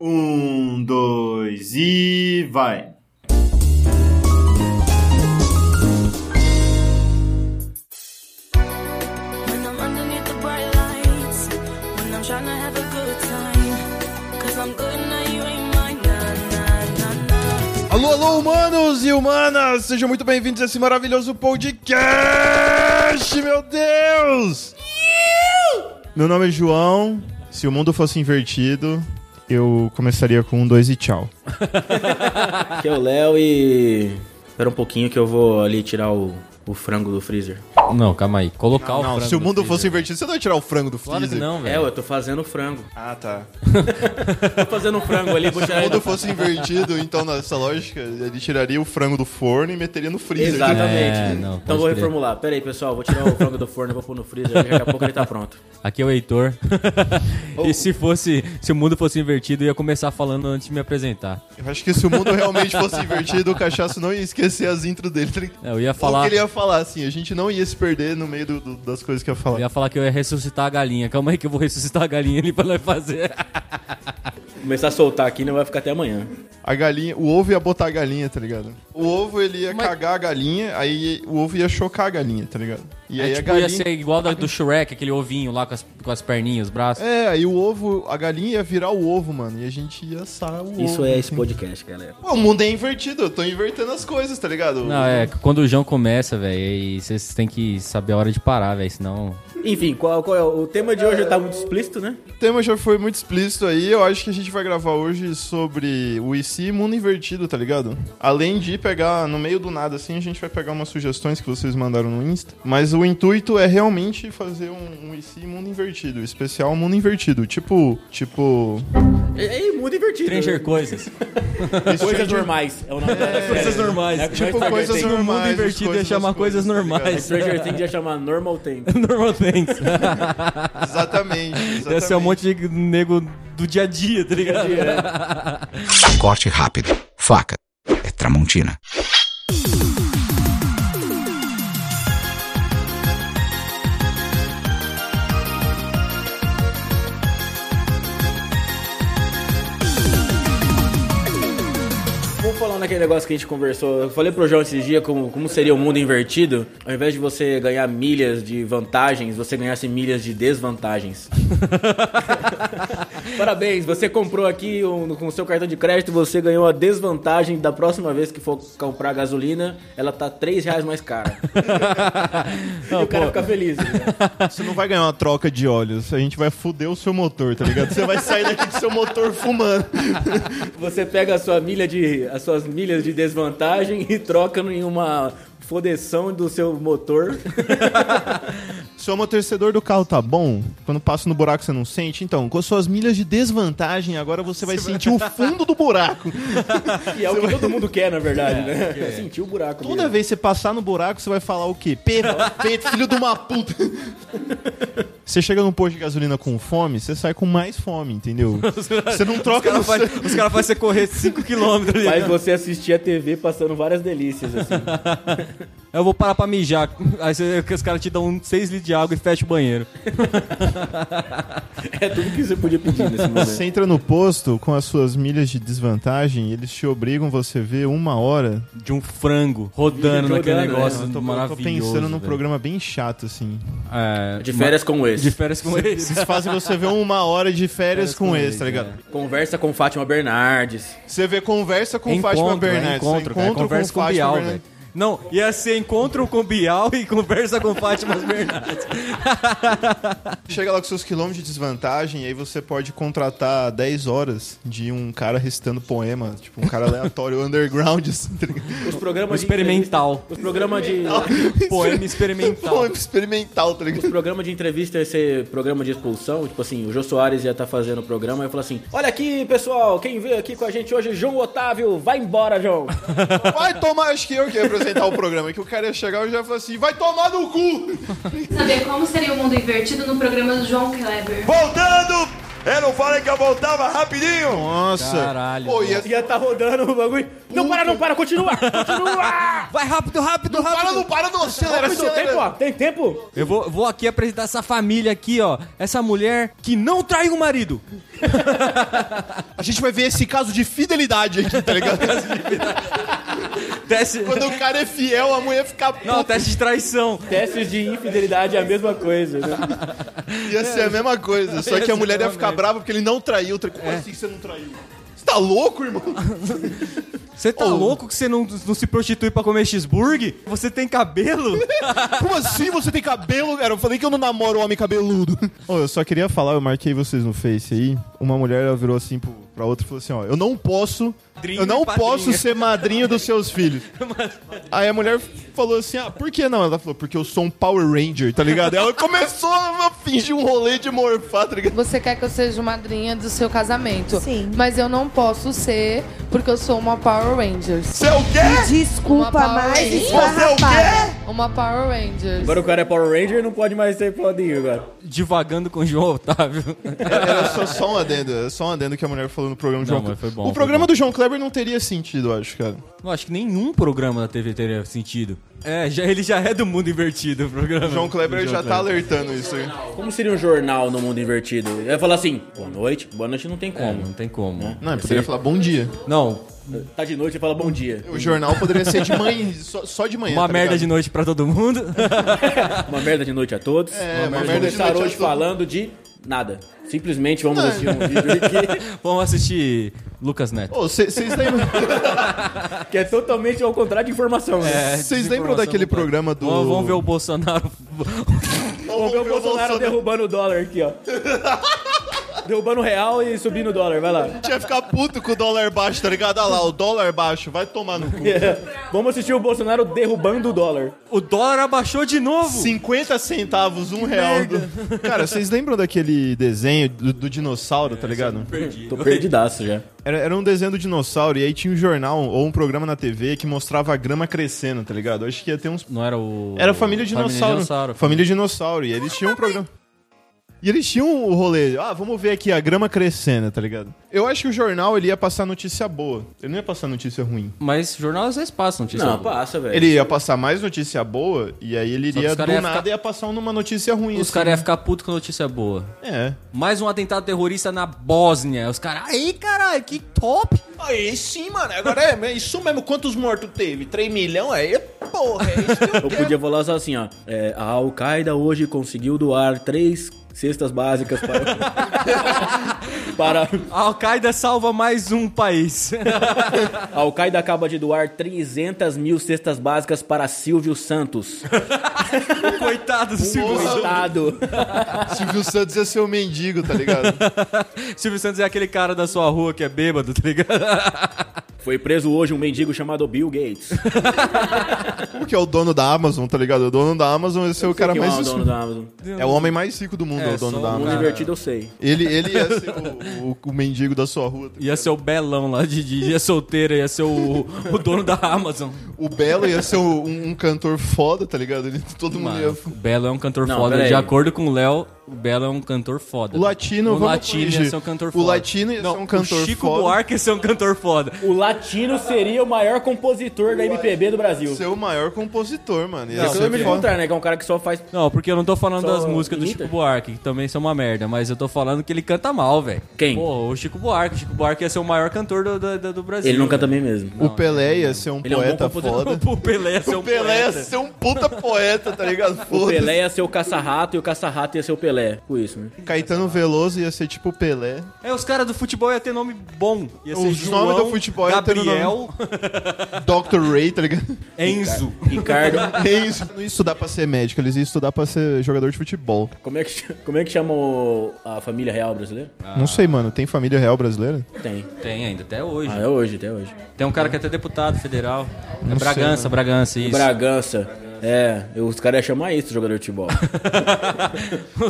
Um, dois e vai! When I'm underneath the bright lights, when I'm trying to have a good time, cause I'm good now, you ain't mine, nah, nah, nah, nah. Alô, alô, humanos e humanas! Sejam muito bem-vindos a esse maravilhoso podcast, meu Deus! Meu nome é João. Se o mundo fosse invertido, eu começaria com um, dois e tchau. Aqui é o Léo e. Espera um pouquinho que eu vou ali tirar o, o frango do freezer. Não, calma aí. Colocar o Não, frango se o no mundo freezer. fosse invertido, você não ia tirar o frango do freezer? Claro que não, É, velho. eu tô fazendo o frango. Ah, tá. Tô fazendo o frango ali, vou Se tirar o ele. mundo fosse invertido, então, nessa lógica, ele tiraria o frango do forno e meteria no freezer. Exatamente. É, não, então pode vou crer. reformular. Pera aí, pessoal, vou tirar o frango do forno, vou pôr no freezer, daqui a pouco ele tá pronto. Aqui é o Heitor. e se fosse, se o mundo fosse invertido, eu ia começar falando antes de me apresentar. Eu acho que se o mundo realmente fosse invertido, o cachaço não ia esquecer as intros dele. Eu ia Ou falar, que ele ia falar assim, a gente não ia se perder no meio do- do- das coisas que ia falar. eu ia falar que eu ia ressuscitar a galinha. Calma aí que eu vou ressuscitar a galinha ali pra nós fazer. Começar a soltar aqui, não vai ficar até amanhã. A galinha, o ovo ia botar a galinha, tá ligado? O ovo ele ia cagar a galinha, aí o ovo ia chocar a galinha, tá ligado? E aí É, a tipo, galinha. ia ser igual da- do Shrek, aquele ovinho lá com as, com as perninhas, os braços. É, aí o ovo, a galinha ia virar o ovo, mano, e a gente ia assar o Isso ovo. é esse podcast, galera. Pô, o mundo é invertido, eu tô invertendo as coisas, tá ligado? Não, é, quando o João começa, velho, e vocês têm que saber a hora de parar, velho, senão... Enfim, qual, qual é o o tema de hoje? Tá muito explícito, né? O tema já foi muito explícito aí, eu acho que a gente vai gravar hoje sobre o IC mundo invertido, tá ligado? Além de pegar no meio do nada assim, a gente vai pegar umas sugestões que vocês mandaram no Insta, mas o intuito é realmente fazer um, um IC mundo invertido, especial mundo invertido, tipo, tipo, É, é muito divertido. Stranger Coisas. Coisas normais. É o nome da Coisas normais. É, tipo Stranger coisas Things. No mundo normais, invertido ia coisas- chamar coisas coisas, tá normais. Stranger Things ia chamar Normal Things. Normal Things. exatamente, exatamente. Deve ser um monte de nego do dia a dia, tá ligado? Corte rápido. Faca. É Tramontina. Vamos falar naquele negócio que a gente conversou. Eu falei pro João esses dias como, como seria o mundo invertido. Ao invés de você ganhar milhas de vantagens, você ganhasse milhas de desvantagens. Parabéns, você comprou aqui um- com o seu cartão de crédito, você ganhou a desvantagem da próxima vez que for comprar gasolina, ela tá 3 reais mais cara. e o cara fica feliz. né? Você não vai ganhar uma troca de óleos, a gente vai foder o seu motor, tá ligado? Você vai sair daqui com seu motor fumando. Você pega a sua milha de, as suas milhas de desvantagem e troca em uma fodeção do seu motor. Seu amortecedor do carro tá bom? Quando passa no buraco você não sente? Então, com as suas milhas de desvantagem, agora você vai sentir o fundo do buraco. E é o que todo mundo quer, na verdade, né? É sentir o buraco. Toda mesmo. vez que você passar no buraco, você vai falar o quê? Perfeito, filho de uma puta. Você chega num posto de gasolina com fome, você sai com mais fome, entendeu? Você não troca no Os caras fazem você correr tá 5km Faz você assistir a TV passando várias delícias, assim. Eu vou parar pra mijar. Aí você- é que os caras te dão 6 litros de água e fecha o banheiro. É tudo que você podia pedir nesse momento. Você entra no posto com as suas milhas de desvantagem, eles te obrigam você ver uma hora. De um frango rodando Jogando, naquele né? negócio Eu Eu tô maravilhoso. pensando num velho. programa bem chato, assim. É, De férias ma- com De esse. férias com esse. Eles fazem você ver uma hora de férias, Férias com, com ex, ex, tá ligado? é. Conversa com Fátima Bernardes. Você vê conversa com É Fátima encontro, é Bernardes. encontro, cara, conversa com, Fátima Bial, Bernardes. velho. Não, ia ser encontro com Bial e conversa com Fátima Bernardes. Chega lá com seus quilômetros de desvantagem e aí você pode contratar 10 horas de um cara recitando poema, tipo um cara aleatório underground, assim, tá ligado? Os programas de Experimental. entrevista- Os programas de... Poema experimental. Poema experimental, tá ligado? Os programas de entrevista ia ser programa de expulsão. Tipo assim, o Jô Soares ia estar fazendo o programa e ia falar assim: Olha aqui, pessoal, quem veio aqui com a gente hoje, João Otávio, vai embora, João. Vai tomar, acho que eu que ia apresentar o programa, que o cara ia chegar e já falar assim, vai tomar no cu! Saber como seria o mundo invertido no programa do João Kleber. Voltando! Eu não falei que eu voltava rapidinho! Nossa! Caralho. Pô, ia... Ia estar rodando o bagulho. Não para, não para, continua, continua. Vai rápido, rápido, rápido. Para, não para, não acelera, Tem tempo, acelera! ó, tem tempo? Eu vou, vou aqui apresentar essa família aqui, ó. Essa mulher que não traiu o marido. gente vai ver esse caso de fidelidade aqui, tá ligado? Teste... Quando o cara é fiel, a mulher fica puta. Não, teste de traição. Testes de infidelidade é a mesma coisa. Né? Ia ser a mesma coisa, só que a mulher ia ficar brava porque ele não traiu. Tra- Como assim você não traiu? Você tá louco, irmão? Você tá louco que você não, não se prostitui pra comer cheeseburger? Você tem cabelo? Como assim você tem cabelo, cara? Eu falei que eu não namoro homem cabeludo. Ô, eu só queria falar, eu marquei vocês no Face aí. Uma mulher ela virou assim pro, pra outra e falou assim: ó, eu não posso. Madrinho eu não e padrinho. posso ser madrinha dos seus filhos. Aí a mulher falou assim: ah, por que não? Ela falou, porque eu sou um Power Ranger, tá ligado? Ela começou a fingir um rolê de morfar, tá ligado? Você quer que eu seja madrinha do seu casamento. Sim. Mas eu não posso ser, porque eu sou uma Power Rangers. Você é o quê? Uma Desculpa, Power mais Ranger. Você é o esfarrapada. quê? Uma Power Rangers. Agora o cara é Power Ranger e não pode mais ser podinho agora. Divagando com o João Otávio. Era só, só um adendo, era só um adendo que a mulher falou no programa do Não, João mas foi bom, O foi programa bom. do João Kleber não teria sentido, eu acho, cara. Eu acho que nenhum programa da TV teria sentido. É, já- ele já é do mundo invertido, Hum, o programa. O João Kleber já tá alertando isso aí. Como seria um jornal no mundo invertido? Ele ia falar assim, boa noite, boa noite não tem É, como. não é tem como. Não, ele poderia falar bom dia. Não, Tá de noite e fala bom dia. O jornal poderia ser de manhã, só, só de manhã. uma tá merda de ligado? noite pra todo mundo. Uma merda de noite a todos. É, uma vamos merda de começar noite a hoje todos. É. falando de nada. Simplesmente vamos assistir um vídeo aqui Vamos assistir Lucas Neto. Ô, cê- Vocês lembram, que é totalmente ao contrário de informação. Né? É, vocês desinformação lembram daquele não tá. programa do. Vamos, vamos ver o Bolsonaro. É. Vamos ver o Bolsonaro derrubando o dólar aqui, ó. derrubando o real e subindo o dólar, vai lá. Tinha ficar puto com o dólar baixo, tá ligado? Olha lá, o dólar baixo, vai tomar no cu. Vamos assistir o Bolsonaro derrubando o dólar. o dólar abaixou de novo. 50 centavos, um real. do- Cara, vocês lembram daquele desenho do, do dinossauro, tá ligado? Tô perdidaço já. Era, era um desenho do dinossauro e aí tinha um jornal ou um programa na TV que mostrava a grama crescendo, tá ligado? Eu Acho que ia ter uns Não era o. Era a família dinossauro. Dinossauro. Família dinossauro. E eles tinham um programa. E eles tinham o rolê. Ah, vamos ver aqui a grama crescendo, tá ligado? Eu acho que o jornal ele ia passar notícia boa. Ele não ia passar notícia ruim. Mas jornal às vezes passa notícia. Não, boa. passa, velho. Ele ia passar mais notícia boa e aí ele É Só que iria os do cara ia nada ficar- ia passar numa notícia ruim. assim. Os caras iam ficar putos com notícia boa. É. Mais um atentado terrorista na Bósnia. Os caras, aí caralho, que top! Aí sim, mano. Agora é isso mesmo. Quantos mortos teve? 3 milhões? Aí, porra. é Eu podia falar só assim, ó. é, a Al-Qaeda hoje conseguiu doar três cestas básicas para. para... A Al-Qaeda salva mais um país. A Al-Qaeda acaba de doar 300 mil cestas básicas para Silvio Santos. um Coitado do Silvio Santos. Coitado. Silvio Santos ia ser o mendigo, tá ligado? Silvio Santos é aquele cara da sua rua que é bêbado, tá ligado? Foi preso hoje um mendigo chamado Bill Gates. Como que é o dono da Amazon, tá ligado? O dono da Amazon ia ser o cara Que é mais. o dono da Amazon. É o homem mais rico do mundo, É, é, o dono da só um Amazon. Mundo Cara. invertido eu sei. Ele, ele ia ser o, o- o mendigo da sua rua. tá Ia ser o Belão lá de, de ia solteira, ia ser o, o dono da Amazon. O Belo ia ser o- um, um cantor foda, tá ligado? Ele, todo mundo ia. Mano, o Belo é um cantor Não, foda. peraí. De acordo com o Léo, o Belo é um cantor foda. O latino, o vamos latino ia corrigir. ser um cantor O foda. latino ia ser um cantor o Chico foda. Buarque ia ser um cantor foda. O latino seria o maior compositor da MPB do Brasil. Ser o maior compositor, mano. Ia Não, ser você vai me foda. encontrar, né? Que é um cara que só faz. Não, porque eu não tô falando Só das músicas do imita? Chico Buarque, que também são uma merda, mas eu tô falando que ele canta mal, velho. Quem? Pô, o Chico Buarque. O Chico Buarque ia ser o maior cantor do, do, do Brasil. Ele não canta velho. bem mesmo. O Pelé ia ser um Ele é um bom poeta compositor. foda. O Pelé ia ser um O Pelé ia poeta. ser um puta poeta, tá ligado? O Foda-se. Pelé ia ser o caça-rato e o caça-rato ia ser o Pelé. Por isso, né? Caetano Veloso ia ser tipo o Pelé. É, os caras do futebol ia ter nome bom. Ia ser Os João, nomes do futebol ia ter Gabriel, Dr. Ray, tá ligado? Enzo. Ricardo. Eles É não iam estudar pra ser médico, eles iam estudar pra ser jogador de futebol. Como é que, ch- como é que chama o- a família real brasileira? Ah. Não sei, mano. Tem família real brasileira? Tem. Tem ainda, até hoje. Até hoje, até hoje. Tem um cara que Ah, é até deputado federal. É sei, Bragança, mano. Bragança, isso. Bragança. É, eu- os caras iam chamar isso de jogador de futebol.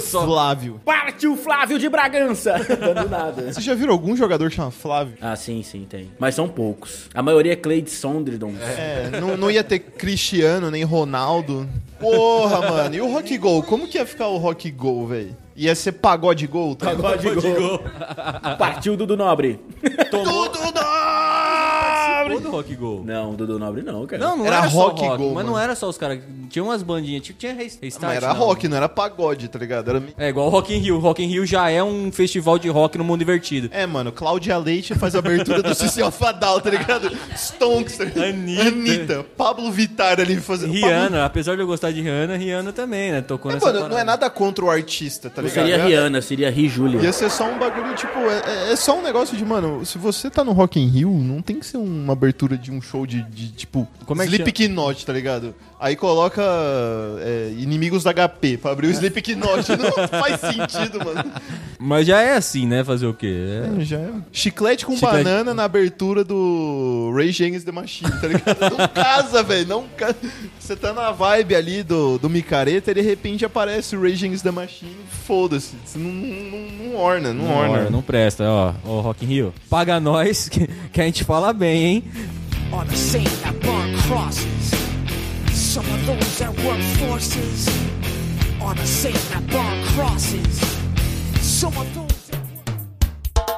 Só- Flávio. Partiu Flávio de Bragança! Dando nada. Vocês já viram algum jogador que chama Flávio? Ah, sim, sim, tem. Mas são poucos. A maioria é Cleide Sondredon. É, não, não ia ter Cristiano nem Ronaldo. Porra, mano. E o Rock Go? Como que ia ficar o Rock Go, velho? Ia ser pagode gol, tá? Agora de gol. Partiu Dudu Nobre. Tudo nobre! do Rock Go. Não, o Dudu Nobre não, cara. Não, não era, Era só rock rock, e go, mas não mano. era só os caras. Tinha umas bandinhas, tipo, tinha Re- Restart. Mas era não. rock, não era pagode, tá ligado? Era... É igual o Rock in Rio. Rock in Rio já é um festival de rock no mundo invertido. É, mano, Cláudia Leite faz a abertura do Social Fadal, tá ligado? Stonks, tá ligado? Anitta. Anitta, Pablo Vittar ali fazendo. Pablo- Rihanna, apesar de eu gostar de Rihanna, Rihanna também, né? Tocou É, nessa mano, não é parada. nada contra o artista, tá não ligado? seria É- Rihanna, seria Ri Júlia. Ia ser só um bagulho, tipo, é, é- é só um negócio de, mano, se você tá no Rock in Rio, não tem que ser uma abertura de um show de, de, tipo, Como é que Slipknot, tá ligado? Aí coloca é, inimigos da HP pra abrir o Slipknot. não faz sentido, mano. Mas já é assim, né? Fazer o quê? É- É, já é. Chiclete com Chiclete. banana na abertura do Ray James The Machine, tá ligado? não casa, velho, não casa. Você tá na vibe ali do, do micareta e de repente aparece o Ray James The Machine, foda-se. Isso Não, não, não, não orna, não, Não, orna. olha, não presta, ó. Ó, Rock in Rio. Paga nós que, que a gente fala bem, hein? are the same that burn crosses. Some of those that work forces are the same that burn crosses. Some of those that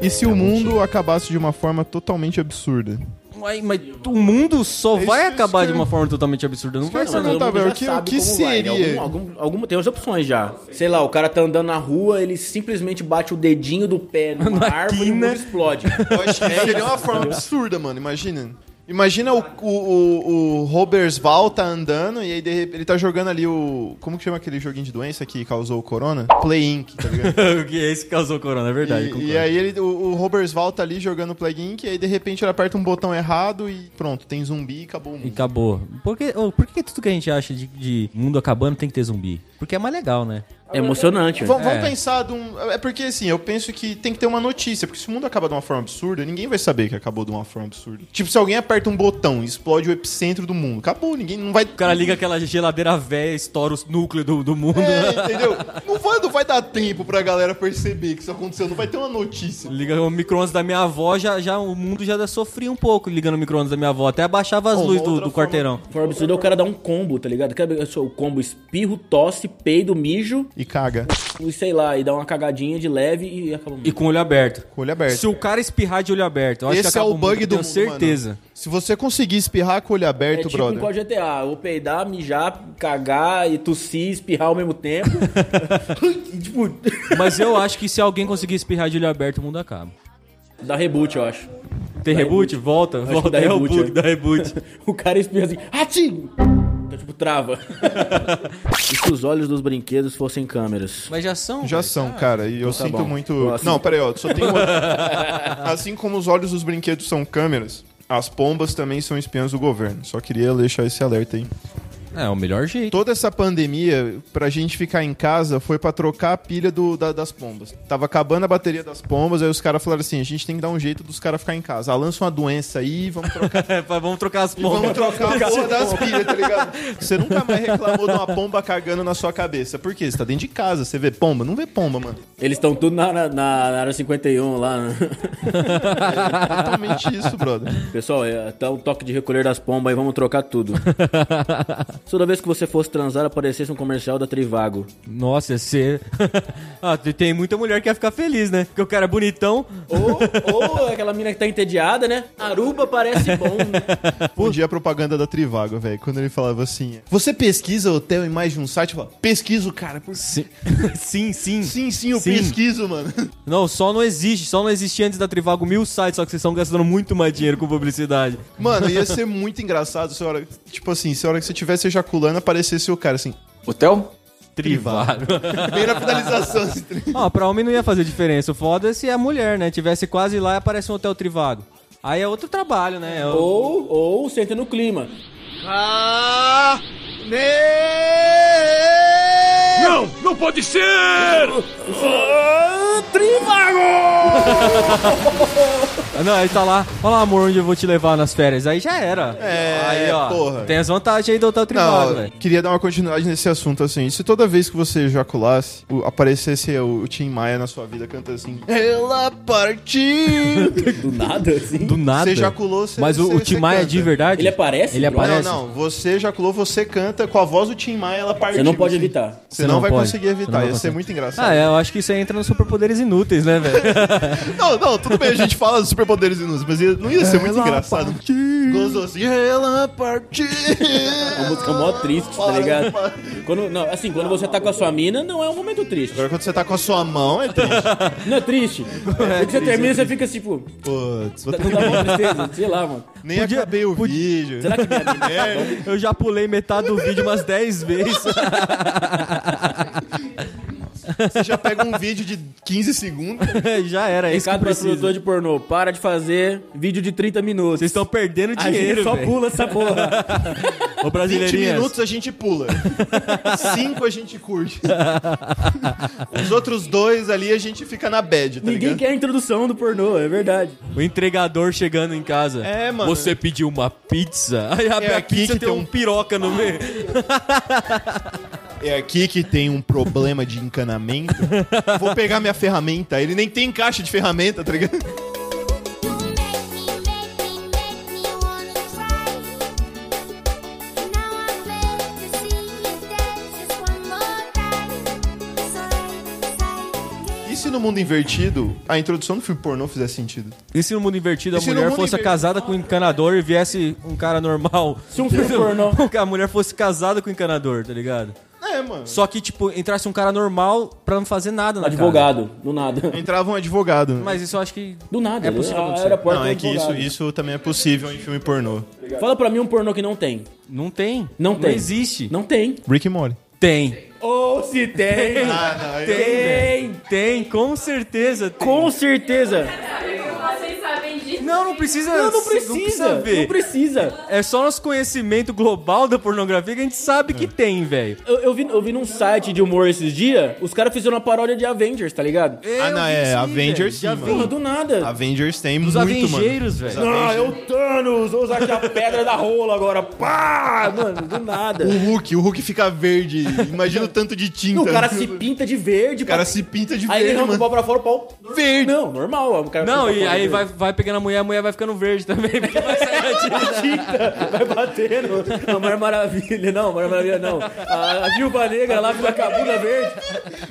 E se o mundo acabasse de uma forma totalmente absurda? Uai, mas o mundo só É vai isso- isso acabar que de eu- uma forma totalmente absurda. Não vai eu ser, ia não. perguntar, velho, já o que- sabe o que como vai, né? seria? Algum, algum, algum- tem as opções já. Sei lá, o cara tá andando na rua, ele simplesmente bate o dedinho do pé numa Na árvore quina. e o mundo explode. Eu acho que seria uma forma absurda, mano. Imagina. Imagina o, o, o, o Robersval tá andando e aí de repente ele tá jogando ali o. Como que chama aquele joguinho de doença que causou o corona? Play Inc, tá ligado? o que é esse que causou o corona, é verdade. E- concordo. E, aí ele, o, o Robersval tá ali jogando Play Inc, e aí de repente ele aperta um botão errado e pronto, tem zumbi e acabou o E mundo. acabou. Por que, ô, por que tudo que a gente acha de, de mundo acabando tem que ter zumbi? Porque é mais legal, né? É emocionante. Vamos, É. vamos pensar de um. É porque assim, eu penso que tem que ter uma notícia, porque se o mundo acaba de uma forma absurda, ninguém vai saber que acabou de uma forma absurda. Tipo, se alguém aperta um botão e explode o epicentro do mundo, acabou, ninguém não vai. O cara liga aquela geladeira velha, estoura o núcleo do, do mundo. É, entendeu? Não vai, não vai dar tempo pra galera perceber que isso aconteceu, não vai ter uma notícia. Liga o micro-ondas da minha avó, já, já, o mundo já sofria um pouco ligando o micro-ondas da minha avó. Até abaixava as Ou luzes do, outra do forma- quarteirão. Forma absurda é o cara dar um combo, tá ligado? Quer ver O combo espirro, tosse, peido, mijo, E caga, e sei lá, e dá uma cagadinha de leve e acaba o mundo. E com o olho aberto. com o olho aberto. Se o cara espirrar de olho aberto, eu acho que Esse é acaba o mundo, bug do tenho mundo, certeza. mano. Se você conseguir espirrar com o olho É aberto, tipo um brother. código GTA, eu vou peidar, mijar, cagar e tossir, espirrar ao mesmo tempo. e, tipo, Mas eu acho que se alguém conseguir espirrar de olho aberto, o mundo acaba. dá reboot, eu acho. Tem Dá reboot? Volta, que volta. dá é reboot, o bug é. da reboot. O cara espirra assim, atim! Então, tipo, trava. e se os olhos dos brinquedos fossem câmeras? Mas já são? Já velho. são, cara, e eu sinto é, bom. muito. Assim- Não, peraí, ó, só tem uma... Assim como os olhos dos brinquedos são câmeras, as pombas também são espiãs do governo. Só queria deixar esse alerta aí. É, o melhor jeito. Toda essa pandemia, pra gente ficar em casa, foi pra trocar a pilha do- da- das pombas. Tava acabando a bateria das pombas, aí os caras falaram assim: a gente tem que dar um jeito dos caras ficar em casa. Ah, lança uma doença aí, vamos trocar. É, pá, vamos trocar as pombas. Vamos trocar a porra das pilhas, tá ligado? Você nunca mais reclamou de uma pomba cagando na sua cabeça. Por quê? Você tá dentro de casa, você vê pomba? Não vê pomba, mano. Eles estão tudo na, na, na- na área 51 lá. né? É Totalmente isso, brother. Pessoal, é, tá um toque de recolher das pombas aí, vamos trocar tudo. Se Toda vez que você fosse transar, aparecesse um comercial da Trivago. Nossa, você... ah, tem- tem muita mulher que ia ficar feliz, né? Porque o cara é bonitão. Ou, ou aquela mina que tá entediada, né? Aruba parece bom, né? Um dia a propaganda da Trivago, velho, quando ele falava assim: Você pesquisa hotel em mais de um site? Eu falava, pesquiso, cara. Por... Sim, sim. Sim, Sim, sim, eu pesquiso, mano. Não, só não existe. Só não existia antes da Trivago mil sites, só que vocês estão gastando muito mais dinheiro com publicidade. Mano, ia ser muito engraçado se a hora, tipo assim, se a hora que você estivesse ejaculando aparecesse o cara assim, Hotel? Trivago. bem na finalização. assim, tá ligado? Ó, Ah, pra homem não ia fazer diferença. O foda é se a mulher, né? Tivesse quase lá e aparece um hotel Trivago. Aí é outro trabalho, né? É o- Ou, ou senta no clima. Não, não pode ser! Trivago! Não, aí tá lá, olha lá, amor, onde eu vou te levar nas férias. Aí já era. É, aí, ó, porra. tem as vantagens aí do hotel tribado, Não, velho. queria dar uma continuidade nesse assunto, assim. Se toda vez que você ejaculasse, o- aparecesse o, o Tim Maia na sua vida cantando assim, ela partiu! Do nada, assim. Do nada. Você ejaculou, você Mas o, você- o você Tim Maia canta. de verdade? Ele é aparece? Ele Não, aparece? Não, não, você ejaculou, você canta, com a voz do Tim Maia, ela partiu. Você não pode assim. evitar. Você não, vai pode. conseguir Você não evitar, vai ia ser conseguir. muito engraçado. Ah, é, eu acho que isso aí entra nos superpoderes inúteis, né, velho? Não, não, tudo bem, a gente fala dos superpoderes inúteis, mas ia- não ia ser muito engraçado. Gozou assim, ela partiu! Uma música mó triste, tá ligado? Quando, não, assim, quando você tá com a sua mina, não é um momento triste. Agora quando você tá com a sua mão, é triste. Não é triste. Quando você termina, você fica tipo, Putz, vou ter- não dá uma tristeza, sei lá, mano. nem acabei o vídeo. Será que minha mina... eu já pulei metade do vídeo umas 10 vezes. Você já pega um vídeo de 15 segundos. já era, é isso que Recado pra produtor precisa. de pornô, para de fazer vídeo de 30 minutos. Vocês estão perdendo A gente dinheiro, só velho. pula essa porra. Ô, 20 brasileirinhas. minutos a gente pula. 5 a gente curte. Os outros dois ali a gente fica na bad, tá Ninguém ligado? quer a introdução do pornô, é verdade. O entregador chegando em casa. É, mano. Você pediu uma pizza. Aí abre a aqui pizza que tem tem um um- piroca no meio. É aqui que tem um problema de encanamento. Vou pegar minha ferramenta. Ele nem tem caixa de ferramenta, tá ligado? E se no mundo invertido a introdução do filme pornô fizesse sentido? E se no mundo invertido a E se no mulher mundo fosse invertido? casada com um encanador e viesse um cara normal? Se um filme pornô... A mulher fosse casada com o encanador, tá ligado? É, mano. Só que, tipo, entrasse um cara normal pra não fazer nada na casa. Advogado, do nada. Entrava um advogado. Mas isso eu acho que... Do nada. É possível a- a acontecer. aeroporto Não, é é que isso, advogado. isso também é possível em filme pornô. Fala pra mim um pornô que não tem. Não tem. Não tem. Não existe. Não tem. Rick e Morty. Tem. Ou se tem. Ah, não. aí- tem. Tem, com certeza tem. Com certeza. Vocês sabem disso. Não, não precisa... Não, não precisa. Não precisa ver. Não precisa. É só nosso conhecimento global da pornografia que a gente sabe É. que tem, velho. Eu, eu vi, eu vi num site de humor esses dias, os caras fizeram uma paródia de Avengers, tá ligado? Ah, não, é, Avengers sim, mano. Porra, do nada. Avengers tem Os muito, mano. Avengeiros, velho. Ah, é o Thanos, vou usar aqui a pedra da rola agora. Pá! Mano, do nada. O Hulk, o Hulk fica verde. Imagina o tanto de tinta. O cara se pinta de verde, O cara pá. se pinta de Aí ele verde, arranca o mano. pau pra fora, o pau... Verde. Não, normal. O cara Não, fica e fora aí do- vai, vai pegando a mulher, a mulher vai ficando verde também. porque vai saindo a tinta. Tinta, vai batendo. A Mulher Maravilha, não, Mulher Maravilha não. A, a Viúva Negra lá fica com a bunda verde.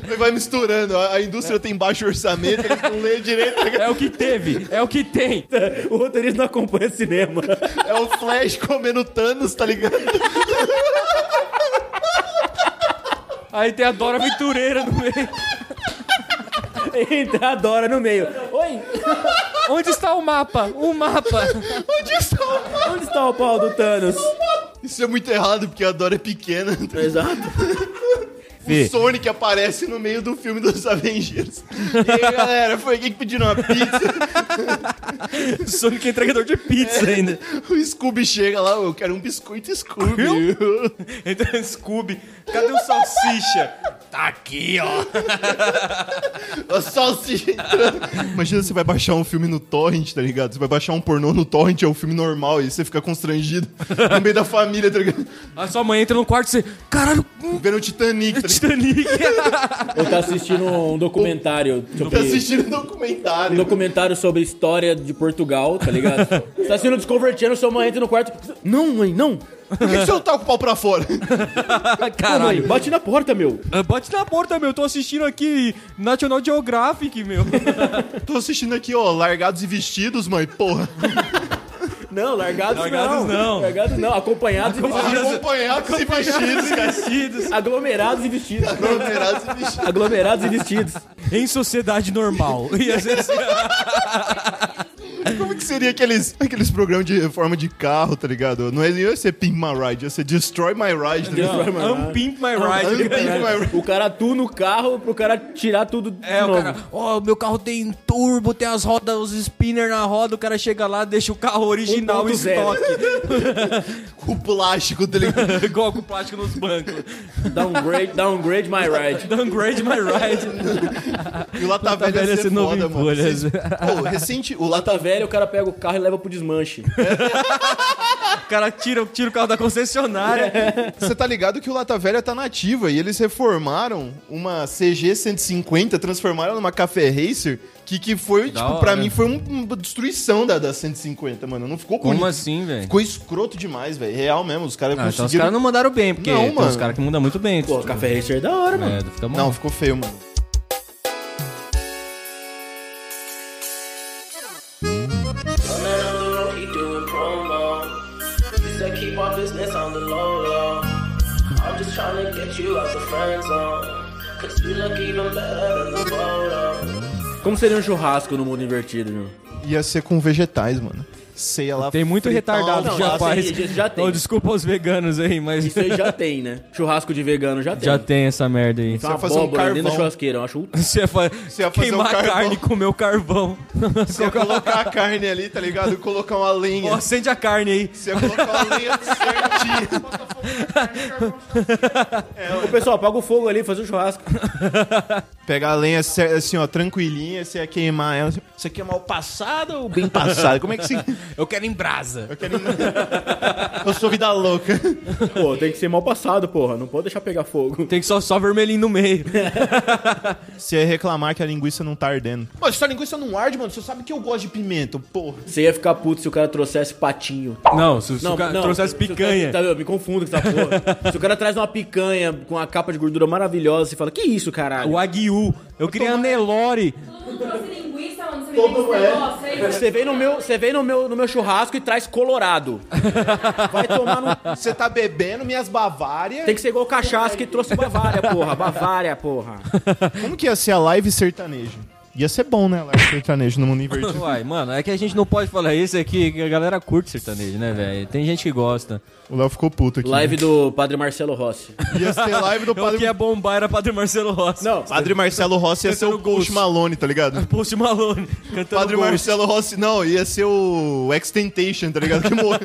Ele vai misturando. A, a indústria tem baixo orçamento, eles não lê direito. É o que teve, é o que tem. O roteirista não acompanha cinema. É o Flash comendo Thanos, tá ligado? Aí tem a Dora Aventureira no meio. Entra a Dora no meio. Oi, Onde está o mapa? O mapa. onde está o pau do Thanos? Isso é muito errado, porque a Dora é pequena. Exato. O Sonic aparece no meio do filme dos Avengers. E aí, galera, foi aqui que pediram uma pizza. Sonic é entregador de pizza É. ainda. O Scooby chega lá, eu quero um biscoito Scooby. Entra no Scooby. Cadê o salsicha? A salsicha entrando. Imagina você vai baixar um filme no torrent, tá ligado? Você vai baixar um pornô no torrent, é um filme normal, e você fica constrangido no meio da família, tá ligado? A sua mãe entra no quarto e você... Caralho, hum, Vendo o Titanic, tá ligado? Titanic. Eu tô assistindo um documentário Tá sobre. assistindo um Um documentário. documentário sobre história de Portugal, tá ligado? Você tá assistindo Discovery Channel, sua mãe entra no quarto. Não, mãe, não. Por que que você não tá com o pau pra fora? Não, mãe, Caralho. bate na porta, meu. Ah, Bate na porta, meu. Tô assistindo aqui National Geographic, meu. Tô assistindo aqui, ó, Largados e Vestidos, mãe, porra. Não, largados, Largados não. Largados não, acompanhados e vestidos. Acompanhados e Vestidos, cara. Aglomerados e vestidos. Aglomerados e Vestidos. Aglomerados e vestidos. em sociedade normal. E às vezes... Como que que seria aqueles, aqueles programas de reforma de carro, tá ligado? Não ia ser Pimp My Ride, ia ser Destroy My Ride, tá ligado? Unpimp my ride. Unpimp My Ride. O cara atua no carro pro cara tirar tudo de É, o novo. cara, ó, meu carro tem turbo, tem as rodas, os spinner na roda, o cara chega lá, deixa o carro original 1.0. em estoque, O plástico, tá ligado? igual com o plástico nos bancos. Downgrade, downgrade my ride. Downgrade my ride. E o Lata Lata Velha Velha ia ser ser novo foda, em mano. folhas. Vocês- Pô, recente, o Lata Lata velha, Tá o cara pega o carro e leva pro desmanche. O cara tira, tira o carro da concessionária. Você tá ligado que o Lata Velha tá nativa e eles reformaram uma CG 150, transformaram numa Café Racer, que, que foi, Da tipo, hora. pra mim foi um- uma destruição da, da 150, mano. Não ficou bonito. Como assim, velho? Ficou escroto demais, velho. Real mesmo, os caras Ah, então os conseguiram... caras não mandaram bem, porque Não, tem mano. os caras que mudam muito bem. tipo, Pô, Café Racer é da hora, mano. É, fica bom. não, ficou feio, mano. He doing promo. He said keep our business on the low low. I'm just trying to get you out the friend zone. Cause you look even better than the photo. Como seria um churrasco no mundo invertido, viu? Ia ser com vegetais, mano. Ceia lá... Tem muito fritar um retardado uma que já não, faz. assim, já tem. Oh, desculpa aos veganos aí, mas Isso aí já tem, né? Churrasco de vegano já tem. já tem essa merda Tem uma aí. Você vai fazer um abóbora dentro da carvão. churrasqueira, eu acho. Você ia, fa- ia fazer um queimar a carvão. carne e comer o carvão. Você ia colocar a carne ali, tá ligado? Colocar uma lenha. Ó, acende a carne aí. Você ia colocar uma lenha certinha. Ô, pessoal, apaga o fogo ali, faz um churrasco. Pegar a lenha cer- assim, ó, tranquilinha, você ia queimar ela. assim, Você ia queimar o passado ou bem passado? Como é que você... Eu quero em brasa. Eu sou vida louca. Pô, tem que ser mal passado, porra. Não pode deixar pegar fogo. Tem que só, só vermelhinho no meio. Você ia reclamar que a linguiça não tá ardendo. Mano, se a linguiça não arde, mano, você sabe que eu gosto de pimenta, porra. Você ia ficar puto se o cara trouxesse patinho. Não, se, se o cara trouxesse se- Se picanha. o cara, tá, eu me confundo com essa porra. se o cara traz uma picanha com uma capa de gordura maravilhosa, você fala, que isso, caralho? O aguiú. Eu queria Nelore. Todo mundo trouxe linguiça, mano. Você me deu esse negócio aí. Você vem no meu, você vem no meu, no meu churrasco e traz colorado. Vai tomar no... Você tá bebendo minhas Bavária. Tem que ser igual o cachaça que trouxe Bavária, porra. Bavária, porra. Como que ia ser a live sertanejo? Ia ser bom, né, a live sertanejo no mundo invertido. Uai, mano, é que a gente não pode falar isso aqui, que a galera curte sertanejo, né, velho? Tem gente que gosta. O Léo ficou puto aqui. Live do Padre Marcelo Rossi. Ia ser live do Eu padre... que ia bombar era Padre Marcelo Rossi. Não, Padre Marcelo Rossi ia ser o Cantando Post Ghost. Malone, tá ligado? Post Malone cantando Padre Ghost. Marcelo Rossi, não, ia ser o Extentation, tá ligado? Que morreu.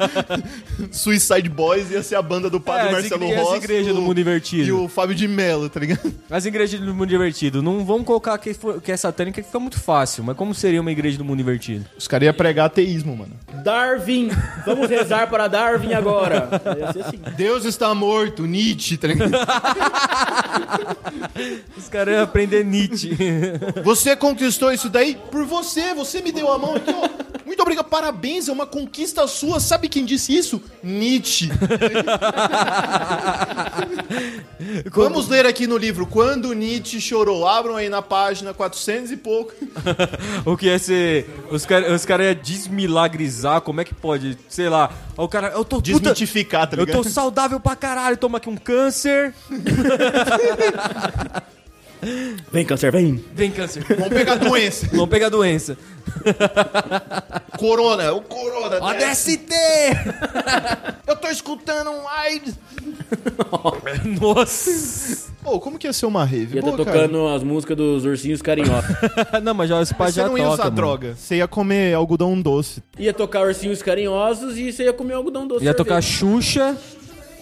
Suicide Boys ia ser a banda do Padre É, as Marcelo igre- as Rossi. igrejas o- do mundo invertido. E o Fábio de Mello, tá ligado? As igrejas do mundo divertido. Não vamos colocar que, foi- que é satânica, que fica muito fácil. Mas como seria uma igreja do mundo divertido? Os caras iam pregar ateísmo, mano. Darwin. Vamos rezar para Darwin agora. Ia ser assim. Deus está morto, Nietzsche, tá ligado? Os caras iam aprender Nietzsche. Você conquistou isso daí por você, você me deu a mão aqui, ó. Muito obrigado, parabéns, é uma conquista sua. Sabe quem disse isso? Nietzsche. Vamos ler aqui no livro Quando Nietzsche chorou. Abram aí na página 400 e pouco. o que ia ser. Os caras os cara iam desmilagrizar. Como é que pode? Sei lá. Ó, O cara. Eu tô. Puta, Desmitificar, tá eu ligado? tô saudável pra caralho. Toma aqui um câncer. Vem, câncer, vem. Vem câncer. Vamos pegar a doença. Não pega a doença. corona, o corona. Ó, desce. DST! Eu tô escutando um AIDS. Nossa! Pô, como que ia ser uma rave? Ia Boa, tá tocando as músicas dos ursinhos carinhosos. não, mas já, esse Cara. pai Você já não ia toca, usar mano. droga. Você ia comer algodão doce. Ia tocar ursinhos carinhosos e você ia comer algodão doce. Ia tocar sorvete. Xuxa.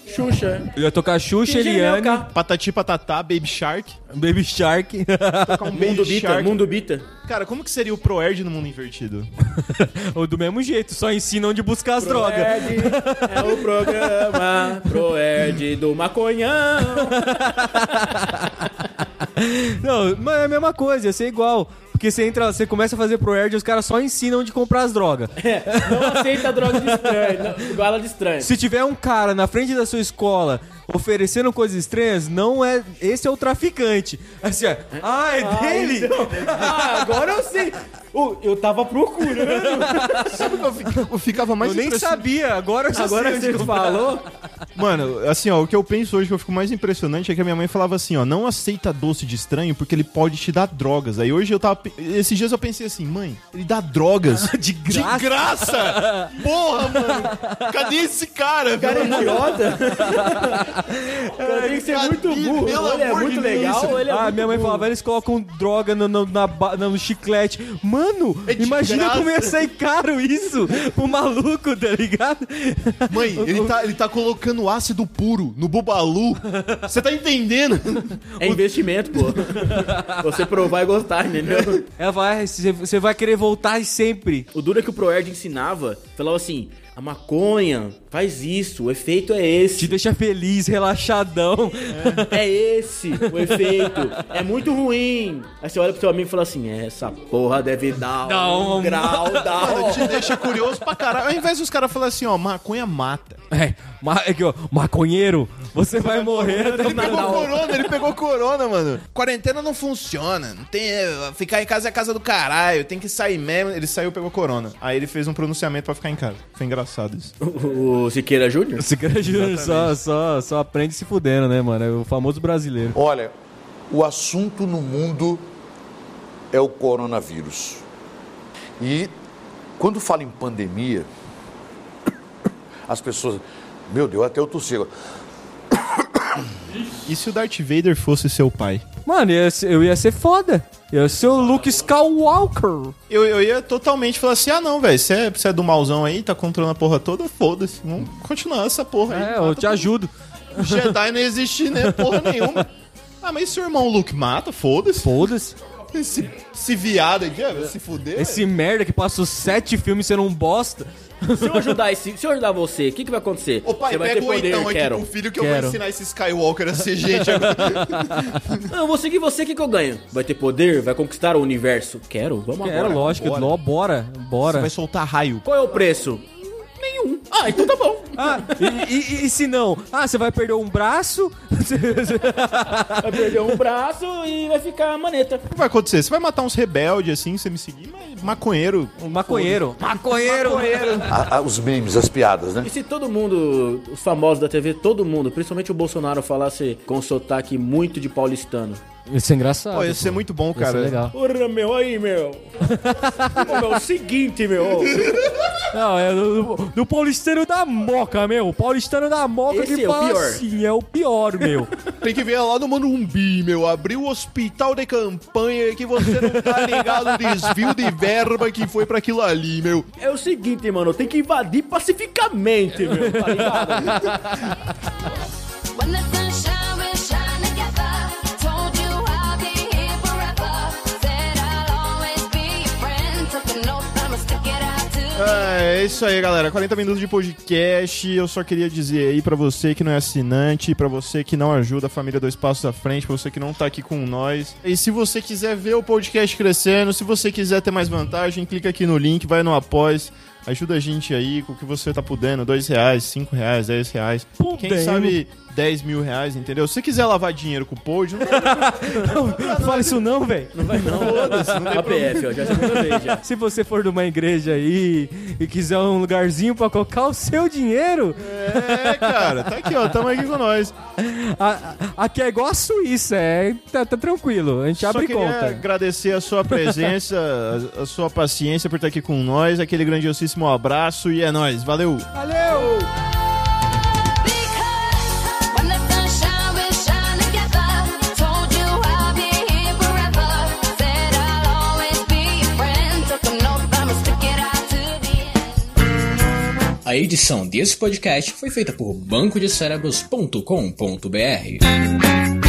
Xuxa. Ia tocar Xuxa, Eliane, Genial, cara. Patati patatá, baby shark. Baby Shark. Tocar um Mundo Bita, Mundo Bita. Cara, como que seria o Proerd no mundo invertido? Ou do mesmo jeito, só ensina onde buscar as drogas. Proerd é o programa Proerd do maconhão. Não, mas é a mesma coisa, ia ser igual. Porque você entra, você começa a fazer pro Erd e os caras só ensinam onde comprar as drogas. Não aceita droga de estranho, não, bala de estranho. Se tiver um cara na frente da sua escola oferecendo coisas estranhas, não é. Esse é o traficante. Assim, ó, ah, é Ah, dele? então. Ah, agora eu sei. Ô, eu tava procurando. Sabe que eu fi- eu ficava mais Eu nem impressionado? sabia, agora eu já Agora sei que você onde comprar. falou. Mano, assim, ó, o que eu penso hoje que eu fico mais impressionante é que a minha mãe falava assim, ó, não aceita doce de estranho porque ele pode te dar drogas. Aí hoje eu tava. pe- Esses dias eu pensei assim, mãe, ele dá drogas. De graça. De graça! Porra, mano! Cadê esse cara, cara é velho? idiota. cara, tem que ser Cadê? muito burro. Pelo Ou ele é amor muito de legal, Deus. ou ele é ah, muito minha mãe burro. falava, eles colocam droga no, no- na ba- no chiclete. Mano, É de imagina graça. como ia sair caro isso pro maluco, tá ligado? Mãe, O- ele o- tá, ele tá colocando ácido puro no bubalu. Você tá entendendo? É investimento, pô. Você provar e gostar, entendeu? Ela vai, você vai querer voltar sempre. O duro é que o Proerd ensinava, falava assim, a maconha faz isso, o efeito é esse. Te deixa feliz, relaxadão. É esse o efeito. É muito ruim. Aí você olha pro seu amigo e fala assim: essa porra deve dar Dá um, um- grau, dá um. Te deixa curioso pra caralho. Ao invés dos caras falarem assim, ó, maconha mata. É, ma- é que, ó, maconheiro, você vai morrer até Ele pegou dar um- corona, ele pegou corona, mano. Quarentena não funciona. Não tem. é, Ficar em casa é casa do caralho. Tem que sair mesmo. Ele saiu e pegou corona. Aí ele fez um pronunciamento pra ficar em casa. Foi engraçado isso. O Siqueira Júnior? Esse cara jura, só, só, só aprende se fudendo, né, mano? É o famoso brasileiro. Olha, o assunto no mundo é o coronavírus. E quando fala em pandemia, as pessoas. Meu Deus, até eu tossi. agora. E se o Darth Vader fosse seu pai? Mano, eu ia ser, eu ia ser foda. Eu ia ser o Luke Skywalker. Eu, eu ia totalmente falar assim: ah, não, velho, você é, você é do malzão aí, tá controlando a porra toda, foda-se. Vamos continuar essa porra aí. É, eu Mata te ajudo. todo- Jedi não existe, né? Porra nenhuma. Ah, mas e seu irmão Luke mata? Foda-se. Foda-se. Esse, esse viado aqui, ó, se fuder. Esse merda que passou sete filmes sendo um bosta. Se eu ajudar esse, se eu ajudar você, o que, que vai acontecer? Ô pai, você vai pega ter o poder, oitão aqui quero. pro filho que eu Quero. vou ensinar esse Skywalker a ser gente agora. Não, eu vou seguir você, o que, que eu ganho? Vai ter poder? Vai conquistar o universo? Quero, vamos Era agora. lógico, bora. Ló, bora, bora. soltar raio. Qual é o preço? Nenhum. Ah, então tá bom. Ah, e, e- e- e se não? Ah, você vai perder um braço? Vai perder um braço e vai ficar a maneta. O que vai acontecer? Você vai matar uns rebeldes assim, você me seguir, mas maconheiro. Um maconheiro. Maconheiro. A- a- Ah, os memes, as piadas, né? E se todo mundo, os famosos da TV, todo mundo, principalmente o Bolsonaro, falasse com um sotaque muito de paulistano? Isso é engraçado. Pô, ia ser pô. muito bom, Ia ser cara. legal. Porra, meu, aí, meu. Ô, meu, é seguinte, meu. Não, é do, do paulistano da moca, meu. O paulistano da moca Esse que é o fala pior. assim, é o pior, meu. Tem que ver lá no Manumbi, meu. Abrir o hospital de campanha que você não tá ligado no desvio de verba que foi pra aquilo ali, meu. É o seguinte, mano, tem que invadir pacificamente, meu, tá ligado? When the sunshine will shine together, told you I'll be here forever. Said I'll always be your friend. Took an oath, I'ma stick it out to Uh, É é isso aí, galera. 40 minutos de podcast. Eu só queria dizer aí pra você que não é assinante, pra você que não ajuda a família Dois Passos à Frente, pra você que não tá aqui com nós. E se você quiser ver o podcast crescendo, se você quiser ter mais vantagem, clica aqui no link, vai no Após. Ajuda a gente aí com o que você tá podendo. Dois reais, cinco reais, dez reais. Quem Podendo. sabe 10 mil reais, entendeu? Se você quiser lavar dinheiro com o pod, não Não fala isso não, velho. APF, ó, já é segunda vez, já. Se você for de uma igreja aí e quiser um lugarzinho pra colocar o seu dinheiro, é, cara. Tá aqui, ó. Tamo aqui com nós. a- a- aqui é igual a Suíça, é, tá, tá tranquilo, a gente Só abre queria conta. agradecer a sua presença, a- a sua paciência por estar aqui com nós, aquele grandiosíssimo abraço e é nóis, valeu! um Valeu! Because when the sunshine will shine together, told you I'll be here forever. Said I'll always be your friend. Took an oath, I'ma stick it out to the end. A edição desse podcast foi feita por bancodecerebros.com.br.